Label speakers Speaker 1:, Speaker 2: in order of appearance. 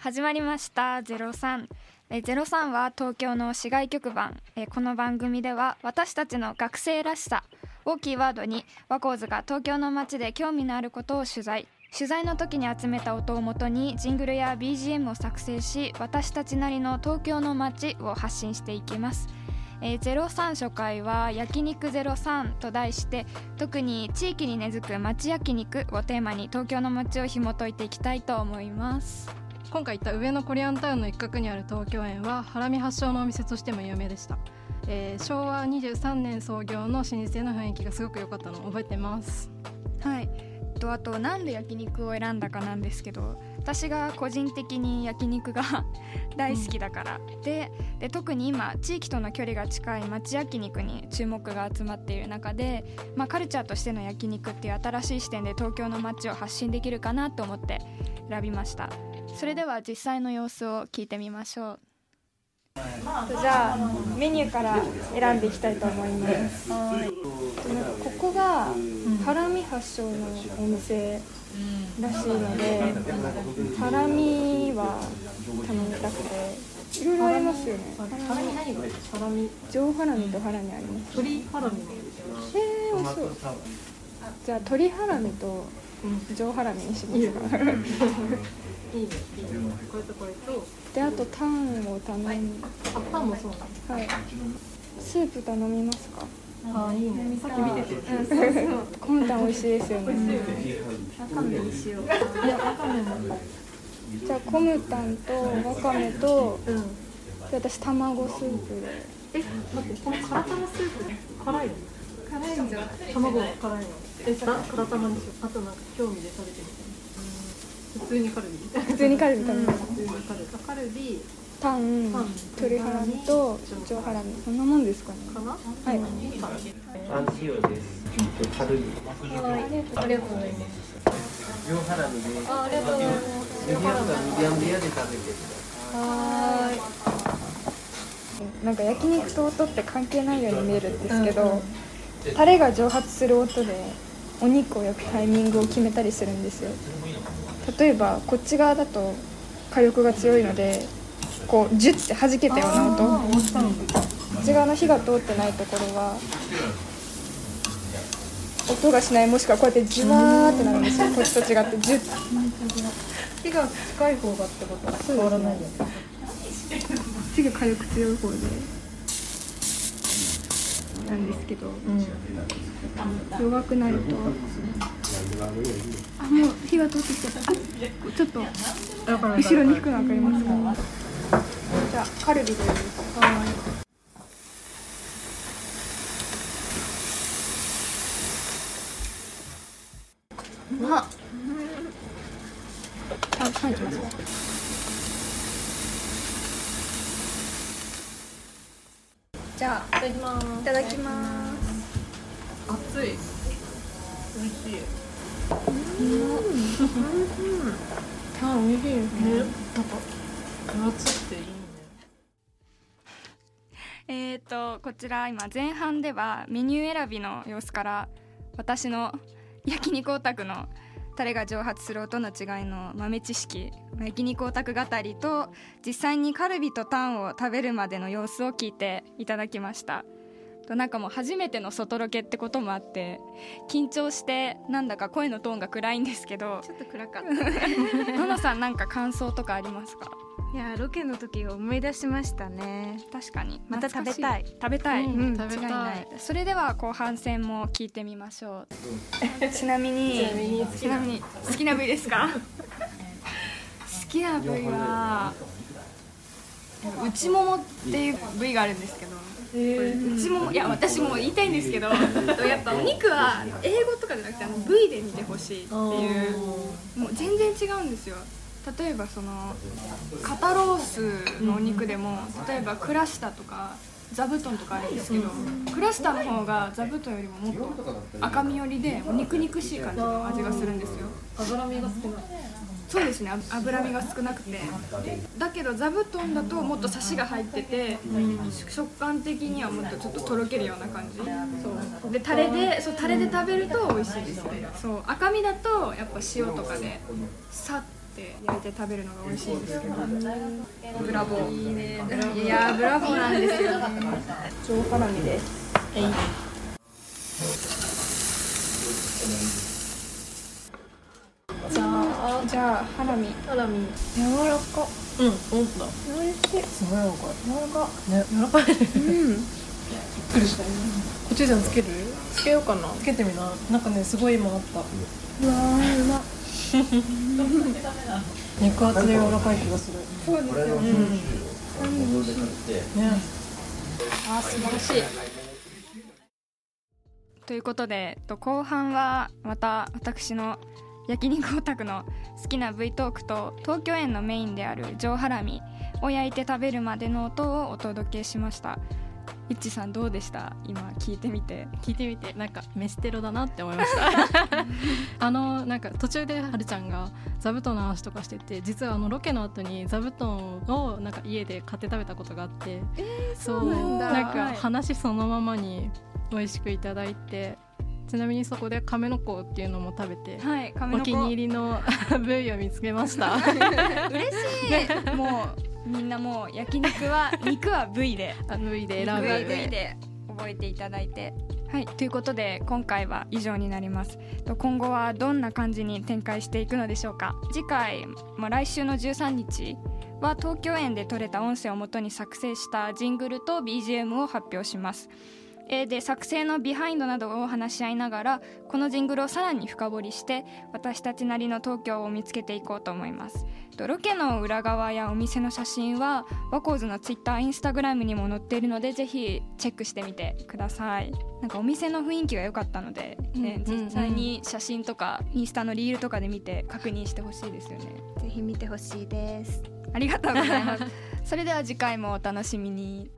Speaker 1: 始まりました「03」えー「03」は東京の市外局番、えーこの番組では私たちの学生らしさをキーワードに和光図が東京の街で興味のあることを取材取材の時に集めた音をもとにジングルや BGM を作成し私たちなりの東京の街を発信していきます。えー、03初回は「焼肉03」と題して特に地域に根付く町焼肉をテーマに東京の街を紐解いていきたいと思います。
Speaker 2: 今回行った上野コリアンタウンの一角にある東京園はハラミ発祥のお店としても有名でした、えー昭和23年創業の老舗の雰囲気がすごく良かったのを覚えてます
Speaker 1: はい、とあとなんで焼肉を選んだかなんですけど私が個人的に焼肉が 大好きだから、でで特に今地域との距離が近い町焼肉に注目が集まっている中で、まあ、カルチャーとしての焼肉っていう新しい視点で東京の街を発信できるかなと思って選びましたそれでは実際の様子を聞いてみましょうじゃあメニューから選んでいきたいと思いますここがハラミ発祥のお店らしいので、ハラミは頼みたくて、いろいろありますよね。
Speaker 2: ハラミ何がハラミ
Speaker 1: 上ハラミとハラミあります。
Speaker 2: 鶏ハラミ
Speaker 1: えー、美味しそう。じゃあ鶏ハラミと上ハラミにしますか。
Speaker 2: いいねいいねこれとこれと
Speaker 1: で、あとタンを頼み、
Speaker 2: あパンもそうだ
Speaker 1: はい。スープ頼みますか。
Speaker 2: あーいいねさっき見てて
Speaker 1: コンタン美味しいですよね。
Speaker 2: いやわかんないもん
Speaker 1: じゃあコムタンとわかめと、
Speaker 2: うん
Speaker 1: で私卵スープで。
Speaker 2: え待ってこの辛玉スープ辛いの卵が辛いのえだ辛玉にしようあとなんか興味で食べてみたい普通にカルビ
Speaker 1: 普通にカルビ食べます。
Speaker 2: 普通にカルビカルビ
Speaker 1: タン、鶏ハラミと上ハラミ、そんなもんですかね。
Speaker 2: かな
Speaker 1: はい。
Speaker 3: アンチオです。カルビ。
Speaker 2: ありがとうございます
Speaker 3: 両ハラミで。
Speaker 2: あありがとうございます
Speaker 3: ミディアムがミディアムレアで食べてる。
Speaker 2: は
Speaker 1: なんか焼肉と音って関係ないように見えるんですけど、タレが蒸発する音でお肉を焼くタイミングを決めたりするんですよ。例えばこっち側だと火力が強いので、こうジュッて弾けたような音。こ
Speaker 2: ーいしたの
Speaker 1: っち側の火が通ってないところは。音がしないもしくはこうやってジュワーってなるんですよこっちと違ってジュッ
Speaker 2: 火が近い方がってことは変わらないよね
Speaker 1: 手が火力強い方でなんですけど、弱くなるとあもう火が通ってきちゃったあちょっと
Speaker 2: だから
Speaker 1: 後ろに引くの分かりますかじゃあカルビでいいです
Speaker 2: ま
Speaker 1: あパンいきますじゃあ
Speaker 2: いただきます
Speaker 1: いただきます
Speaker 2: 熱い美味しいうんうん美味しいですねなんか分厚くていいね
Speaker 1: えー、とこちら今前半ではメニュー選びの様子から私の焼肉オタクのタレが蒸発する音の違いの豆知識焼肉オタク語りと実際にカルビとタンを食べるまでの様子を聞いていただきましたとなんかもう初めての外ロケってこともあって緊張してなんだか声のトーンが暗いんですけど
Speaker 4: ちょっと暗かった。
Speaker 1: ののさんなんか感想とかありますか
Speaker 4: いや、ロケの時を思い出しましたね。
Speaker 1: 確かに
Speaker 4: また
Speaker 1: 懐かし
Speaker 4: 食べたい
Speaker 1: 食べたい、
Speaker 2: うん食べたい
Speaker 1: 違ないそれでは後半戦も聞いてみましょう ちなみに
Speaker 2: ちなみに好きな
Speaker 1: みに好きな部位ですか好きな部位は内ももっていう部位があるんですけどこれ内ももいや私も言いたいんですけ どやっぱお肉は英語とかじゃなくてあの部位で見てほしいっていうもう全然違うんですよ例えばその肩ロースのお肉でも例えばクラシタとか座布団とかあるんですけどクラシタの方が座布団よりももっと赤身寄りでもう肉肉しい感じの味がするんですよ
Speaker 2: 脂身が少ない
Speaker 1: そうですねあ脂身が少なくてだけど座布団だともっとサシが入ってて食感的にはもっとちょっととろけるような感じそうでタレでそうタレで食べると美味しいですねそう赤身だとやっぱ塩とかでさっって焼いて食べるのが美味しいんですけどブラボーいやーブラボーなんですよね上ハラミですじゃあじゃあハラミ
Speaker 2: ハラミうん
Speaker 1: 柔らか
Speaker 2: 本当だ
Speaker 1: 美味しい
Speaker 2: すごいわかる
Speaker 1: 柔らか
Speaker 2: ねやわらかいびっ
Speaker 1: うん
Speaker 2: くりしたコチュジャンつける
Speaker 5: つけようかな
Speaker 2: つけてみななんかねすごい今あった
Speaker 1: うわーうま
Speaker 2: 肉厚で柔らかい気がする
Speaker 1: そうですよね
Speaker 2: ね
Speaker 1: あー素晴らしいということでえっと後半はまた私の焼肉オタクの好きな V トークと東京園のメインである上ハラミを焼いて食べるまでの音をお届けしましたいっちさんどうでした今聞いてみて
Speaker 2: 聞いてみてなんかメステロだなって思いまし たあのなんか途中ではるちゃんが座布団の話とかしてて実はあのロケの後に座布団をなんか家で買って食べたことがあって、そう
Speaker 1: そうなんだ
Speaker 2: なんか話そのままに美味しくいただいてちなみにそこで亀の子っていうのも食べて
Speaker 1: はい
Speaker 2: お
Speaker 1: 髪の
Speaker 2: 気
Speaker 1: 毛
Speaker 2: に入りの 部位を見つけました
Speaker 1: 嬉しいもうみんなもう焼肉は肉は V で
Speaker 2: あ部位で選ぶ
Speaker 1: VV で覚えていただいて。はい、ということで今回は以上になります。と今後はどんな感じに展開していくのでしょうか次回、まあ、来週の13日は東京園で撮れた音声をもとに作成したジングルと BGM を発表します。えーで作成のビハインドなどを話し合いながらこのジングルをさらに深掘りして私たちなりの東京を見つけていこうと思いますとロケの裏側やお店の写真はワコーズのツイッターインスタグラムにも載っているのでぜひチェックしてみてくださいなんかお店の雰囲気が良かったので、ね
Speaker 2: うんうんうん
Speaker 1: 実際に写真とかインスタのリールとかで見て確認してほしいですよね
Speaker 4: ぜひ見てほしいです
Speaker 1: ありがとうございますそれでは次回もお楽しみに